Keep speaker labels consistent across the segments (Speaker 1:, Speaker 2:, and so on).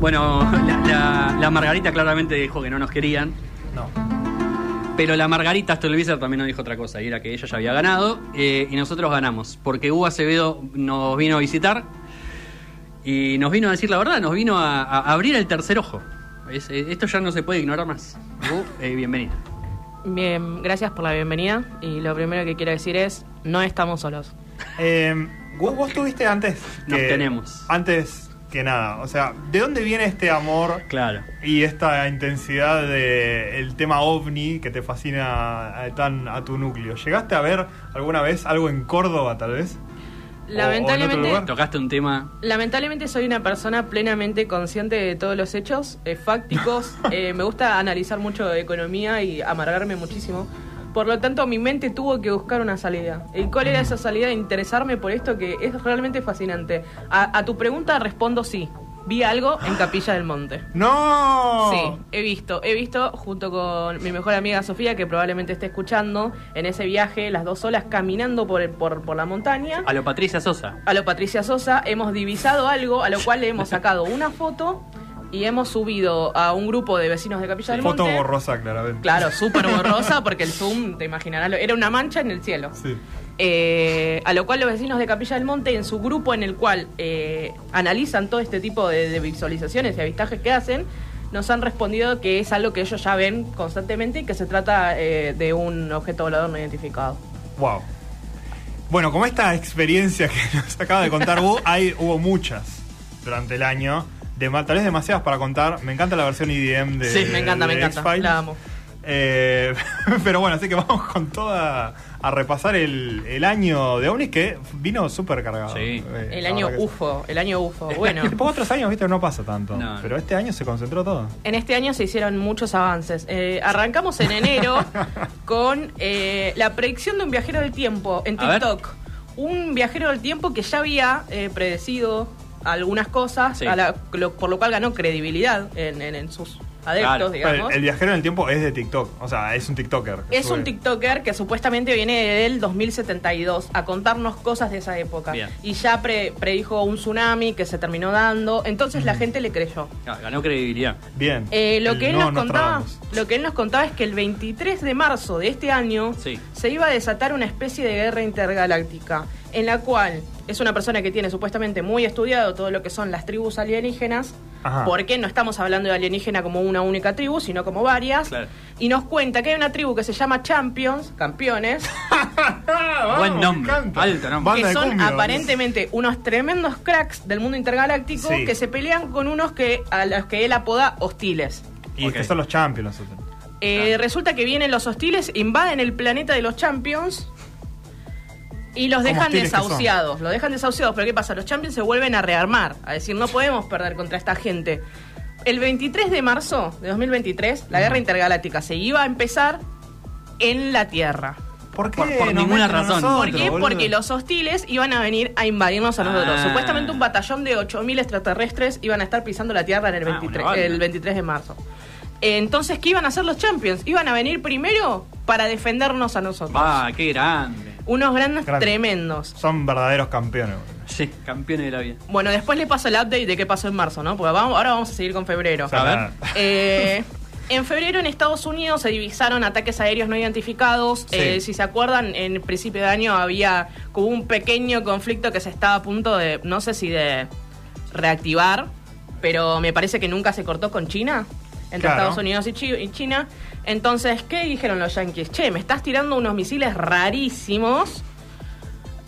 Speaker 1: Bueno, la, la- la Margarita claramente dijo que no nos querían.
Speaker 2: No.
Speaker 1: Pero la Margarita Stolbizer también nos dijo otra cosa, y era que ella ya había ganado eh, y nosotros ganamos. Porque Hugo Acevedo nos vino a visitar y nos vino a decir la verdad, nos vino a, a abrir el tercer ojo. Es- eh, esto ya no se puede ignorar más. Hugo, eh, bienvenido.
Speaker 3: Bien, gracias por la bienvenida. Y lo primero que quiero decir es, no estamos solos.
Speaker 2: Eh, ¿vos, vos tuviste antes.
Speaker 1: Nos tenemos.
Speaker 2: Antes que nada. O sea, ¿de dónde viene este amor
Speaker 1: Claro.
Speaker 2: y esta intensidad del tema ovni que te fascina eh, tan a tu núcleo? ¿Llegaste a ver alguna vez algo en Córdoba, tal vez? O-
Speaker 3: Lamentablemente-
Speaker 2: o en otro lugar?
Speaker 1: Eh, Tocaste un tema.
Speaker 3: Lamentablemente soy una persona plenamente consciente de todos los hechos eh, fácticos. Eh, me gusta analizar mucho de economía y amargarme muchísimo. Por lo tanto, mi mente tuvo que buscar una salida. ¿Y cuál era esa salida? Interesarme por esto que es realmente fascinante. A, a tu pregunta respondo sí. Vi algo en Capilla del Monte.
Speaker 2: ¡No!
Speaker 3: Sí, he visto, he visto junto con mi mejor amiga Sofía, que probablemente esté escuchando, en ese viaje, las dos solas caminando por, el- por, por la montaña.
Speaker 1: A lo Patricia Sosa.
Speaker 3: A lo Patricia Sosa, hemos divisado algo, a lo cual le hemos sacado una foto y hemos subido a un grupo de vecinos de Capilla del
Speaker 2: Foto
Speaker 3: Monte.
Speaker 2: borrosa, claramente.
Speaker 3: Claro, súper borrosa, porque el zoom, te imaginarás, lo- era una mancha en el cielo.
Speaker 2: Sí.
Speaker 3: Eh, a lo cual los vecinos de Capilla del Monte, en su grupo en el cual eh, analizan todo este tipo de, de visualizaciones y avistajes que hacen, nos han respondido que es algo que ellos ya ven constantemente y que se trata eh, de un objeto volador no identificado.
Speaker 2: Wow. Bueno, como esta experiencia que nos acaba de contar Wu, hay, hubo muchas durante el año. De, ma- tal vez demasiadas para contar. Me encanta la versión IDM de.
Speaker 3: sí, me encanta, me
Speaker 2: de
Speaker 3: encanta.
Speaker 2: X-Files.
Speaker 3: La amo.
Speaker 2: Eh, pero bueno, así que vamos con toda a repasar el, el año de Omnis que vino súper cargado. Eh,
Speaker 1: Sí.
Speaker 3: El año
Speaker 2: uff
Speaker 3: UFO, el año UFO. Bueno.
Speaker 2: Después otros años, viste, no pasa tanto.
Speaker 1: No, no.
Speaker 2: pero este año se concentró todo.
Speaker 3: En este año se hicieron muchos avances. Eh, arrancamos en enero con eh, la predicción de un viajero del tiempo en
Speaker 1: A ver.
Speaker 3: TikTok. Un viajero del tiempo que ya había eh, predecido algunas cosas,
Speaker 1: Sí.
Speaker 3: a la- lo- por lo cual ganó credibilidad en, en- en sus
Speaker 1: Claro.
Speaker 3: adeptos,
Speaker 2: Pero
Speaker 3: digamos.
Speaker 2: el, el viajero en el tiempo es de TikTok. O sea, es un TikToker. que
Speaker 3: es
Speaker 2: sube.
Speaker 3: un TikToker que supuestamente viene del 2072 a contarnos cosas de esa época.
Speaker 1: Bien.
Speaker 3: Y ya pre- predijo un tsunami que se terminó dando. Entonces la gente le creyó.
Speaker 1: Ah, Ganó credibilidad.
Speaker 2: Bien.
Speaker 3: Eh, lo,
Speaker 2: El
Speaker 3: que él
Speaker 2: no
Speaker 3: nos contaba,
Speaker 2: Nostradamus.
Speaker 3: lo que él nos contaba es que el 23 de marzo de este año
Speaker 1: Sí.
Speaker 3: se iba a desatar una especie de guerra intergaláctica, en la cual es una persona que tiene supuestamente muy estudiado todo lo que son las tribus alienígenas,
Speaker 2: Ajá.
Speaker 3: porque no estamos hablando de alienígena como una única tribu, sino como varias,
Speaker 1: Claro.
Speaker 3: y nos cuenta que hay una tribu que se llama Champions, campeones,
Speaker 2: Ah,
Speaker 1: Buen
Speaker 2: vamos,
Speaker 1: nombre,
Speaker 2: me encanta.
Speaker 1: alto nombre.
Speaker 2: Banda
Speaker 3: que
Speaker 2: de
Speaker 3: son
Speaker 2: cumbios.
Speaker 3: aparentemente unos tremendos cracks del mundo intergaláctico
Speaker 2: Sí.
Speaker 3: que se pelean con unos que a los que él apoda hostiles.
Speaker 2: Y
Speaker 1: Ok.
Speaker 2: que son los champions nosotros.
Speaker 3: Eh, Resulta que vienen los hostiles, invaden el planeta de los Champions y los
Speaker 2: ¿Cómo
Speaker 3: dejan
Speaker 2: hostiles que son?
Speaker 3: desahuciados. Los dejan desahuciados, pero ¿qué pasa? Los Champions se vuelven a rearmar, a decir, no podemos perder contra esta gente. El 23 de marzo de 2023, la guerra intergaláctica se iba a empezar en la Tierra.
Speaker 2: ¿Por qué?
Speaker 1: Por- por
Speaker 2: nos
Speaker 1: ninguna
Speaker 2: meten a
Speaker 1: razón.
Speaker 2: nosotros,
Speaker 3: ¿Por qué?
Speaker 2: boludo?
Speaker 3: Porque los hostiles iban a venir a invadirnos a nosotros.
Speaker 1: Ah.
Speaker 3: Supuestamente un batallón de 8.000 extraterrestres iban a estar pisando la Tierra en el,
Speaker 1: Ah, una
Speaker 3: 23,
Speaker 1: banda.
Speaker 3: el 23 de marzo. Entonces, ¿qué iban a hacer los Champions? Iban a venir primero para defendernos a nosotros.
Speaker 1: Va, qué grande.
Speaker 3: Unos grandes
Speaker 2: Grande.
Speaker 3: tremendos.
Speaker 2: Son verdaderos campeones. boludo.
Speaker 1: Sí, campeones de la vida.
Speaker 3: Bueno, después le paso el update de qué pasó en marzo, ¿no? Porque vamos, ahora vamos a seguir con febrero.
Speaker 2: O sea,
Speaker 1: A ver.
Speaker 2: nada.
Speaker 3: Eh, en febrero en Estados Unidos se divisaron ataques aéreos no identificados.
Speaker 2: Sí.
Speaker 3: Eh, si se acuerdan, en principio de año había como un pequeño conflicto que se estaba a punto de, no sé si de reactivar, pero me parece que nunca se cortó con China, entre
Speaker 2: Claro.
Speaker 3: Estados Unidos y, Chi- y China. Entonces, ¿qué dijeron los yanquis? Che, me estás tirando unos misiles rarísimos.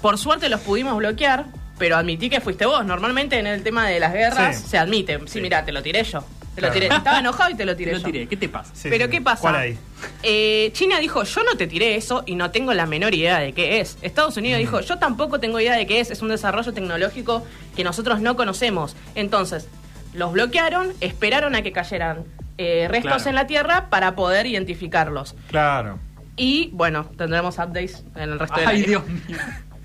Speaker 3: Por suerte los pudimos bloquear, pero admití que fuiste vos. Normalmente en el tema de las guerras
Speaker 2: Sí.
Speaker 3: se admite. Sí,
Speaker 2: Sí.
Speaker 3: mira, te lo tiré yo. Te
Speaker 2: Claro.
Speaker 3: lo tiré. Estaba enojado y te lo tiré
Speaker 1: Te lo
Speaker 3: yo.
Speaker 1: tiré, ¿qué te pasa?
Speaker 2: Sí,
Speaker 3: pero
Speaker 2: sí.
Speaker 3: ¿qué pasa?
Speaker 2: ¿Cuál hay?
Speaker 3: Eh, China dijo, yo no te tiré eso y no tengo la menor idea de qué es. Estados Unidos dijo, yo tampoco tengo idea de qué es. Es un desarrollo tecnológico que nosotros no conocemos. Entonces, los bloquearon, esperaron a que cayeran eh, restos
Speaker 1: Claro.
Speaker 3: en la Tierra para poder identificarlos.
Speaker 2: Claro.
Speaker 3: Y bueno, tendremos updates en el resto del
Speaker 1: Ay,
Speaker 3: año.
Speaker 1: Dios mío.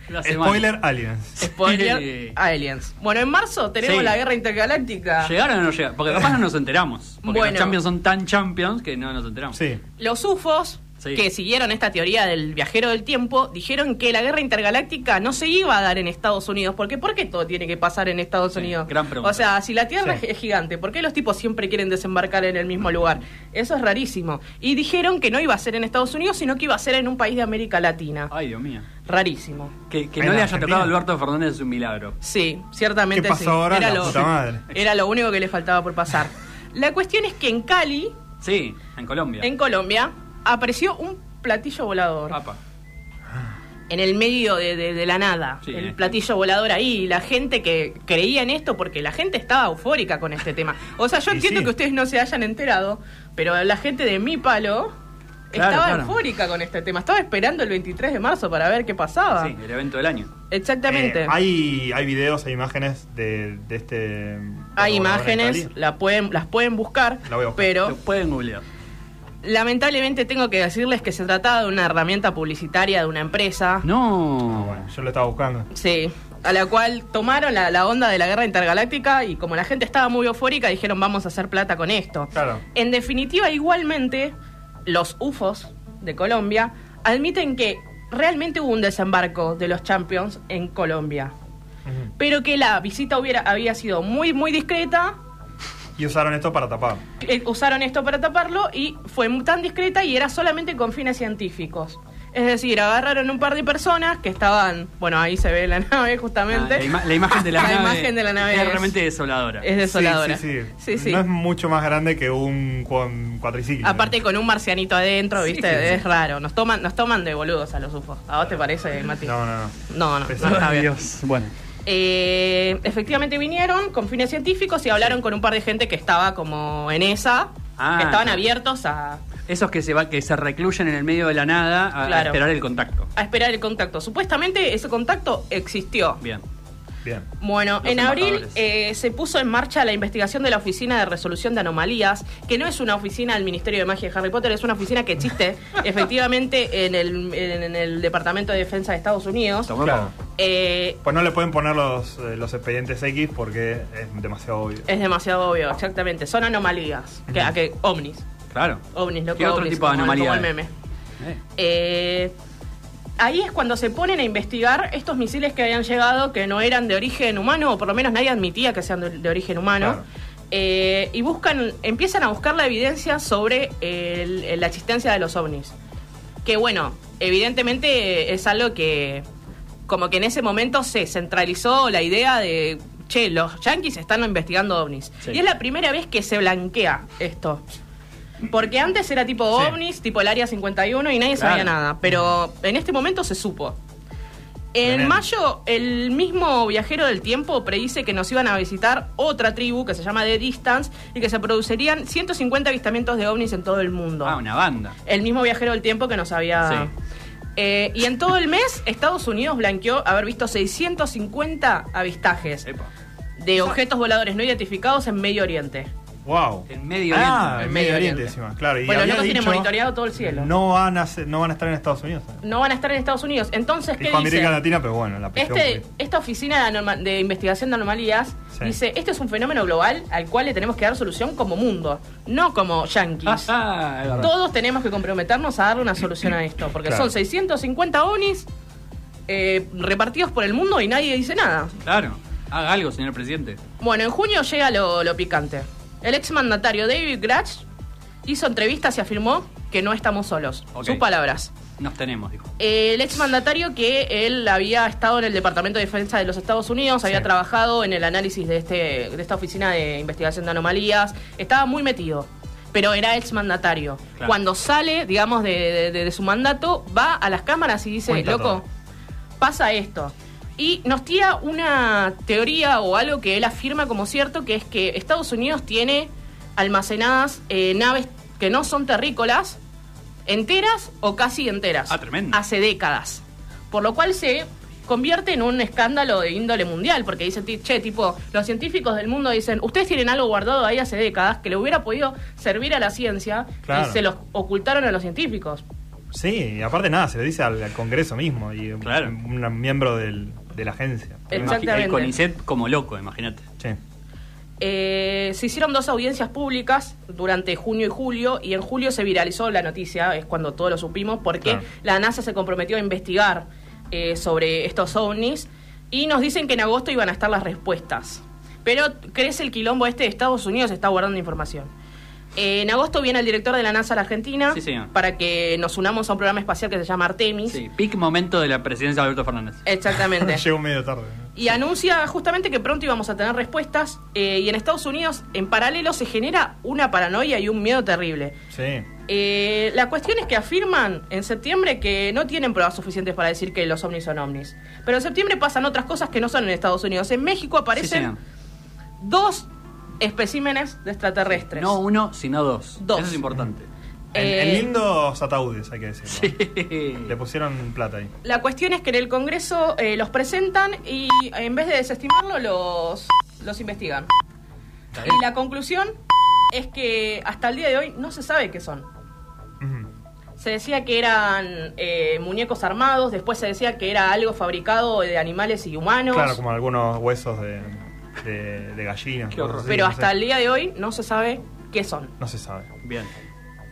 Speaker 1: La semana.
Speaker 2: Spoiler Aliens.
Speaker 3: Spoiler,
Speaker 1: Sí.
Speaker 3: aliens. Bueno, en marzo tenemos
Speaker 1: Sí.
Speaker 3: la guerra intergaláctica.
Speaker 1: ¿Llegaron o no llegaron? Porque capaz no nos enteramos. Porque
Speaker 3: Bueno.
Speaker 1: los champions son tan champions que no nos enteramos.
Speaker 2: Sí.
Speaker 3: Los UFOs,
Speaker 1: Sí.
Speaker 3: que siguieron esta teoría del viajero del tiempo, dijeron que la guerra intergaláctica no se iba a dar en Estados Unidos. Porque ¿por qué todo tiene que pasar en Estados
Speaker 1: Sí,
Speaker 3: Unidos?
Speaker 1: gran pregunta.
Speaker 3: O sea, si la Tierra
Speaker 2: Sí.
Speaker 3: es gigante, ¿por qué los tipos siempre quieren desembarcar en el mismo lugar? Eso es rarísimo. Y dijeron que no iba a ser en Estados Unidos, sino que iba a ser en un país de América Latina.
Speaker 1: Ay, Dios mío.
Speaker 3: Rarísimo.
Speaker 1: Que, que
Speaker 2: ¿En
Speaker 1: no le haya
Speaker 2: Argentina?
Speaker 1: tocado a Alberto Fernández es un milagro.
Speaker 3: Sí, ciertamente
Speaker 2: ¿Qué pasó
Speaker 3: sí.
Speaker 2: ahora?
Speaker 3: Era
Speaker 2: La
Speaker 3: lo-
Speaker 2: puta madre.
Speaker 3: era lo único que le faltaba por pasar. La cuestión es que en Cali,
Speaker 1: Sí, en Colombia.
Speaker 3: en Colombia, apareció un platillo volador.
Speaker 1: Apa.
Speaker 3: en el medio de, de- de la nada,
Speaker 1: Sí,
Speaker 3: el
Speaker 1: eh.
Speaker 3: platillo volador ahí, y la gente que creía en esto, porque la gente estaba eufórica con este tema. O sea, yo
Speaker 2: Y
Speaker 3: entiendo
Speaker 2: sí.
Speaker 3: que ustedes no se hayan enterado, pero la gente de mi palo
Speaker 1: Claro,
Speaker 3: estaba
Speaker 1: claro.
Speaker 3: eufórica con este tema. Estaba esperando el 23 de marzo para ver qué pasaba.
Speaker 1: Sí, el evento del año.
Speaker 3: Exactamente.
Speaker 2: Eh,
Speaker 3: hay
Speaker 2: hay, hay videos, hay imágenes de, de este.
Speaker 3: imágenes, la pueden, las pueden buscar,
Speaker 2: La voy a buscar.
Speaker 1: Lo
Speaker 3: pero
Speaker 1: pueden googlear.
Speaker 3: lamentablemente tengo que decirles que se trataba de una herramienta publicitaria de una empresa.
Speaker 2: Ah,
Speaker 1: No.
Speaker 2: bueno, yo lo estaba buscando.
Speaker 3: Sí, a la cual tomaron la, la onda de la guerra intergaláctica y como la gente estaba muy eufórica dijeron vamos a hacer plata con esto.
Speaker 2: Claro.
Speaker 3: En definitiva, igualmente, los UFOs de Colombia admiten que realmente hubo un desembarco de los Champions en Colombia,
Speaker 2: Ujú.
Speaker 3: pero que la visita hubiera, había sido muy, muy discreta.
Speaker 2: Y usaron esto para tapar.
Speaker 3: eh, Usaron esto para taparlo y fue tan discreta y era solamente con fines científicos. Es decir, agarraron un par de personas que estaban, bueno, ahí se ve la nave justamente.
Speaker 1: Ah, La, ima- la imagen de la,
Speaker 3: Ah, La
Speaker 1: nave
Speaker 3: imagen de la nave
Speaker 1: es
Speaker 3: es-
Speaker 1: realmente desoladora.
Speaker 3: Es desoladora.
Speaker 2: Sí, sí,
Speaker 3: Sí, sí.
Speaker 2: No es mucho más grande que un cuan- cuatriciclo.
Speaker 3: Aparte con un marcianito adentro,
Speaker 1: Sí,
Speaker 3: viste,
Speaker 1: sí, sí.
Speaker 3: es raro. Nos toman, nos toman de boludos a los UFOs. ¿A vos te parece, Mati?
Speaker 2: No, no, no.
Speaker 3: no, no, no
Speaker 2: Pesado.
Speaker 3: está
Speaker 1: Ay,
Speaker 3: bien.
Speaker 1: Dios. Bueno.
Speaker 3: Eh, efectivamente vinieron con fines científicos y hablaron con un par de gente que estaba como en esa,
Speaker 1: Ah,
Speaker 3: que estaban
Speaker 1: claro.
Speaker 3: abiertos a,
Speaker 1: Esos que se va, que se recluyen en el medio de la nada a, a
Speaker 3: Claro.
Speaker 1: esperar el contacto.
Speaker 3: a esperar el contacto. Supuestamente ese contacto existió.
Speaker 1: Bien.
Speaker 2: Bien.
Speaker 3: Bueno,
Speaker 1: Los
Speaker 3: en abril
Speaker 1: embajadores.
Speaker 3: eh, se puso en marcha la investigación de la Oficina de Resolución de Anomalías, que no es una oficina del Ministerio de Magia de Harry Potter, es una oficina que existe efectivamente en el, en- en el Departamento de Defensa de Estados Unidos.
Speaker 1: Tomá,
Speaker 2: Claro.
Speaker 1: pa.
Speaker 3: Eh,
Speaker 2: Pues no le pueden poner los, eh, los expedientes X porque es demasiado obvio.
Speaker 3: es demasiado obvio, exactamente. Son anomalías, que, a que, ovnis,
Speaker 1: Claro.
Speaker 3: ovnis, loco,
Speaker 1: ¿Qué otro
Speaker 3: ovnis,
Speaker 1: tipo de
Speaker 3: como el- como el
Speaker 1: anomalía hay?
Speaker 3: meme.
Speaker 1: Eh.
Speaker 3: Eh, ahí es cuando se ponen a investigar estos misiles que habían llegado que no eran de origen humano, o por lo menos nadie admitía que sean de, de origen humano.
Speaker 2: Claro.
Speaker 3: Eh, y buscan, empiezan a buscar la evidencia sobre el- la existencia de los ovnis. Que bueno, evidentemente eh, es algo que como que en ese momento se centralizó la idea de, che, los yanquis están investigando ovnis.
Speaker 1: Sí.
Speaker 3: Y es la primera vez que se blanquea esto. Porque antes era tipo
Speaker 2: Sí.
Speaker 3: ovnis, tipo el Área 51 y nadie
Speaker 1: Claro.
Speaker 3: sabía nada. Pero en este momento se supo. En
Speaker 2: Tremendo.
Speaker 3: mayo, el mismo viajero del tiempo predice que nos iban a visitar otra tribu que se llama The Distance y que se producirían 150 avistamientos de ovnis en todo el mundo.
Speaker 1: Ah, una banda.
Speaker 3: El mismo viajero del tiempo que nos había... Eh, y en todo el mes, Estados Unidos blanqueó haber visto 650 avistajes
Speaker 2: Eh,
Speaker 1: Epa.
Speaker 3: de objetos voladores no identificados en Medio Oriente.
Speaker 2: Wow.
Speaker 1: En Medio
Speaker 2: Ah,
Speaker 1: Oriente.
Speaker 2: en
Speaker 3: En
Speaker 2: Medio
Speaker 3: Medio
Speaker 2: Oriente
Speaker 3: Oriente.
Speaker 2: encima, claro. Y
Speaker 3: bueno,
Speaker 2: había
Speaker 3: los locos tienen
Speaker 2: dicho,
Speaker 3: monitoreado todo el cielo.
Speaker 2: No van, a ser- no van a estar en Estados Unidos. ¿eh?
Speaker 3: no van a estar en Estados Unidos. Entonces, ¿qué
Speaker 2: Dijo América
Speaker 3: dice?
Speaker 2: Latina, pero bueno, la presión
Speaker 3: Este, esta oficina de, anorma- de investigación de anomalías
Speaker 2: Sí.
Speaker 3: dice, este es un fenómeno global al cual le tenemos que dar solución como mundo, no como yankees.
Speaker 1: Ah, es verdad.
Speaker 3: Todos tenemos que comprometernos a darle una solución a esto, porque
Speaker 2: Claro.
Speaker 3: son 650 ovnis eh, repartidos por el mundo y nadie dice nada.
Speaker 1: Claro. Haga algo, señor presidente.
Speaker 3: Bueno, en junio llega lo, lo picante. El exmandatario David Gratch hizo entrevistas y afirmó que no estamos solos.
Speaker 1: Ok.
Speaker 3: Sus palabras.
Speaker 1: Nos tenemos, dijo.
Speaker 3: El exmandatario que él había estado en el Departamento de Defensa de los Estados Unidos, había
Speaker 2: Sí.
Speaker 3: trabajado en el análisis de, este, de esta oficina de investigación de anomalías, estaba muy metido, pero era exmandatario.
Speaker 1: Claro.
Speaker 3: Cuando sale, digamos, de, de- de su mandato, va a las cámaras y dice,
Speaker 2: Cuenta
Speaker 3: loco,
Speaker 2: todo".
Speaker 3: pasa esto. Y nos tira una teoría o algo que él afirma como cierto, que es que Estados Unidos tiene almacenadas eh, naves que no son terrícolas, enteras o casi enteras.
Speaker 1: Ah, tremendo.
Speaker 3: Hace décadas. Por lo cual se convierte en un escándalo de índole mundial, porque dicen, ti- che, tipo, los científicos del mundo dicen, ustedes tienen algo guardado ahí hace décadas que le hubiera podido servir a la ciencia
Speaker 2: Claro.
Speaker 3: y se los ocultaron a los científicos.
Speaker 2: Sí, y aparte nada, se le dice al, al Congreso mismo y un-
Speaker 1: Claro.
Speaker 2: un, miembro del- de la agencia.
Speaker 3: El-
Speaker 1: Imagi-
Speaker 3: Exactamente.
Speaker 1: El CONICET como loco, imagínate.
Speaker 2: Sí.
Speaker 3: Eh, se hicieron dos audiencias públicas durante junio y julio y en julio se viralizó la noticia, es cuando todos lo supimos, porque
Speaker 2: Claro.
Speaker 3: la NASA se comprometió a investigar eh, sobre estos ovnis y nos dicen que en agosto iban a estar las respuestas. Pero crece el quilombo este de Estados Unidos, está guardando información. Eh, en agosto viene el director de la NASA a la Argentina
Speaker 1: Sí, señor.
Speaker 3: para que nos unamos a un programa espacial que se llama Artemis.
Speaker 1: Sí, pic momento de la presidencia de Alberto Fernández.
Speaker 3: Eh, Exactamente.
Speaker 2: Llegó medio tarde. ¿no?
Speaker 3: Y anuncia justamente que pronto íbamos a tener respuestas. eh, y en Estados Unidos, en paralelo, se genera una paranoia y un miedo terrible.
Speaker 2: Sí.
Speaker 3: Eh, la cuestión es que afirman en septiembre que no tienen pruebas suficientes para decir que los ovnis son ovnis. Pero en septiembre pasan otras cosas que no son en Estados Unidos. En México
Speaker 1: Sí,
Speaker 3: aparecen
Speaker 1: señor.
Speaker 3: dos especímenes de extraterrestres.
Speaker 1: No uno, sino dos.
Speaker 3: Dos.
Speaker 1: Eso es importante.
Speaker 2: En,
Speaker 3: Eh,
Speaker 2: en lindos ataúdes, hay que decirlo. Le
Speaker 1: Sí.
Speaker 2: pusieron plata ahí.
Speaker 3: La cuestión es que en el Congreso eh, los presentan y en vez de desestimarlo los, los investigan. Y la conclusión es que hasta el día de hoy no se sabe qué son.
Speaker 2: Ujú.
Speaker 3: Se decía que eran eh, muñecos armados, después se decía que era algo fabricado de animales y humanos,
Speaker 2: Claro, como algunos huesos de, de, de gallinas.
Speaker 1: Qué horror.
Speaker 2: cosas así,
Speaker 3: pero
Speaker 2: no
Speaker 3: hasta
Speaker 2: sé.
Speaker 3: el día de hoy no se sabe qué son.
Speaker 2: No se sabe.
Speaker 1: Bien.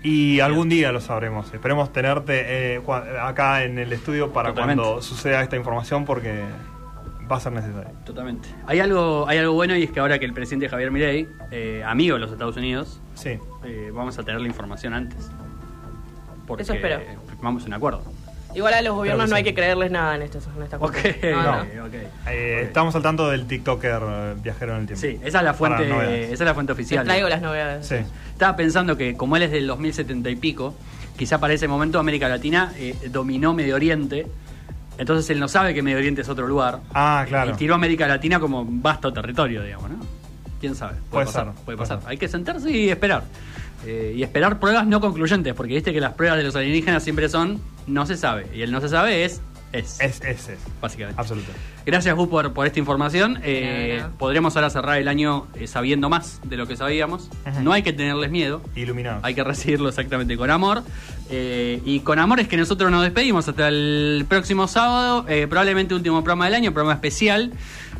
Speaker 2: Y algún día lo sabremos. Esperemos tenerte eh, cua- acá en el estudio para
Speaker 1: Totalmente.
Speaker 2: cuando suceda esta información porque va a ser necesario.
Speaker 1: Totalmente. Hay algo, hay algo bueno y es que ahora que el presidente Javier Milei, eh, amigo de los Estados Unidos,
Speaker 2: Sí.
Speaker 1: eh, vamos a tener la información antes. Porque
Speaker 3: Eso espero.
Speaker 1: firmamos un acuerdo.
Speaker 3: Igual a los
Speaker 2: Claro
Speaker 3: gobiernos
Speaker 2: que
Speaker 3: no
Speaker 2: sí.
Speaker 3: hay que creerles nada en, esto, en esta
Speaker 1: Ok,
Speaker 3: cuestión. No, Ah, no.
Speaker 1: ok, ok.
Speaker 2: Eh,
Speaker 1: Ok.
Speaker 2: Estamos al tanto del TikToker eh, viajero en el tiempo.
Speaker 1: Sí, esa es la fuente,
Speaker 2: Para novedades.
Speaker 1: esa es la fuente
Speaker 3: Les
Speaker 1: oficial.
Speaker 3: traigo las novedades.
Speaker 2: Sí.
Speaker 1: Estaba pensando que como él es del 2070 y pico, quizá para ese momento América Latina eh, dominó Medio Oriente, entonces él no sabe que Medio Oriente es otro lugar.
Speaker 2: Ah, claro.
Speaker 1: Y tiró a América Latina como un vasto territorio, digamos, ¿no? ¿Quién sabe?
Speaker 2: Puede
Speaker 1: pasar,
Speaker 2: ser,
Speaker 1: puede
Speaker 2: puede
Speaker 1: pasar.
Speaker 2: ser.
Speaker 1: Hay que sentarse y esperar. Eh, y esperar pruebas no concluyentes, porque viste que las pruebas de los alienígenas siempre son no se sabe. Y el no se sabe es es,
Speaker 2: Es ese. Es.
Speaker 1: básicamente.
Speaker 2: Absoluto.
Speaker 1: Gracias, Gu, por, por esta información. Eh,
Speaker 3: De nada.
Speaker 1: Podremos ahora cerrar el año eh, sabiendo más de lo que sabíamos.
Speaker 2: Ajá.
Speaker 1: No hay que tenerles miedo.
Speaker 2: Iluminado.
Speaker 1: Hay que recibirlo exactamente con amor. Eh, y con amor es que nosotros nos despedimos hasta el próximo sábado, eh, probablemente último programa del año, programa especial,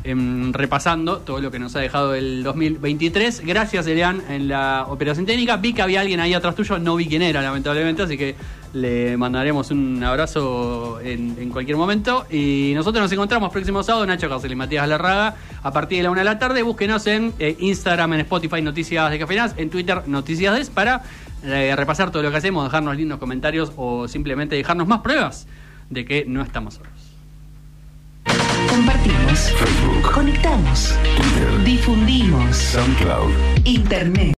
Speaker 1: em, repasando todo lo que nos ha dejado el 2023. Gracias, Elian, en la operación técnica. Vi que había alguien ahí atrás tuyo, no vi quién era, lamentablemente, así que le mandaremos un abrazo en, en cualquier momento. Y nosotros nos encontramos próximo sábado, Nacho Casel y Matías Larraga, a partir de la una de la tarde. Búsquenos en eh, Instagram, en Spotify, Noticias de Cafeínas, en Twitter, Noticias Des, para eh, repasar todo lo que hacemos, dejarnos lindos comentarios o simplemente dejarnos más pruebas de que no estamos solos.
Speaker 4: Compartimos.
Speaker 5: Facebook,
Speaker 4: Conectamos.
Speaker 5: Twitter,
Speaker 4: Difundimos.
Speaker 5: SoundCloud.
Speaker 4: Internet.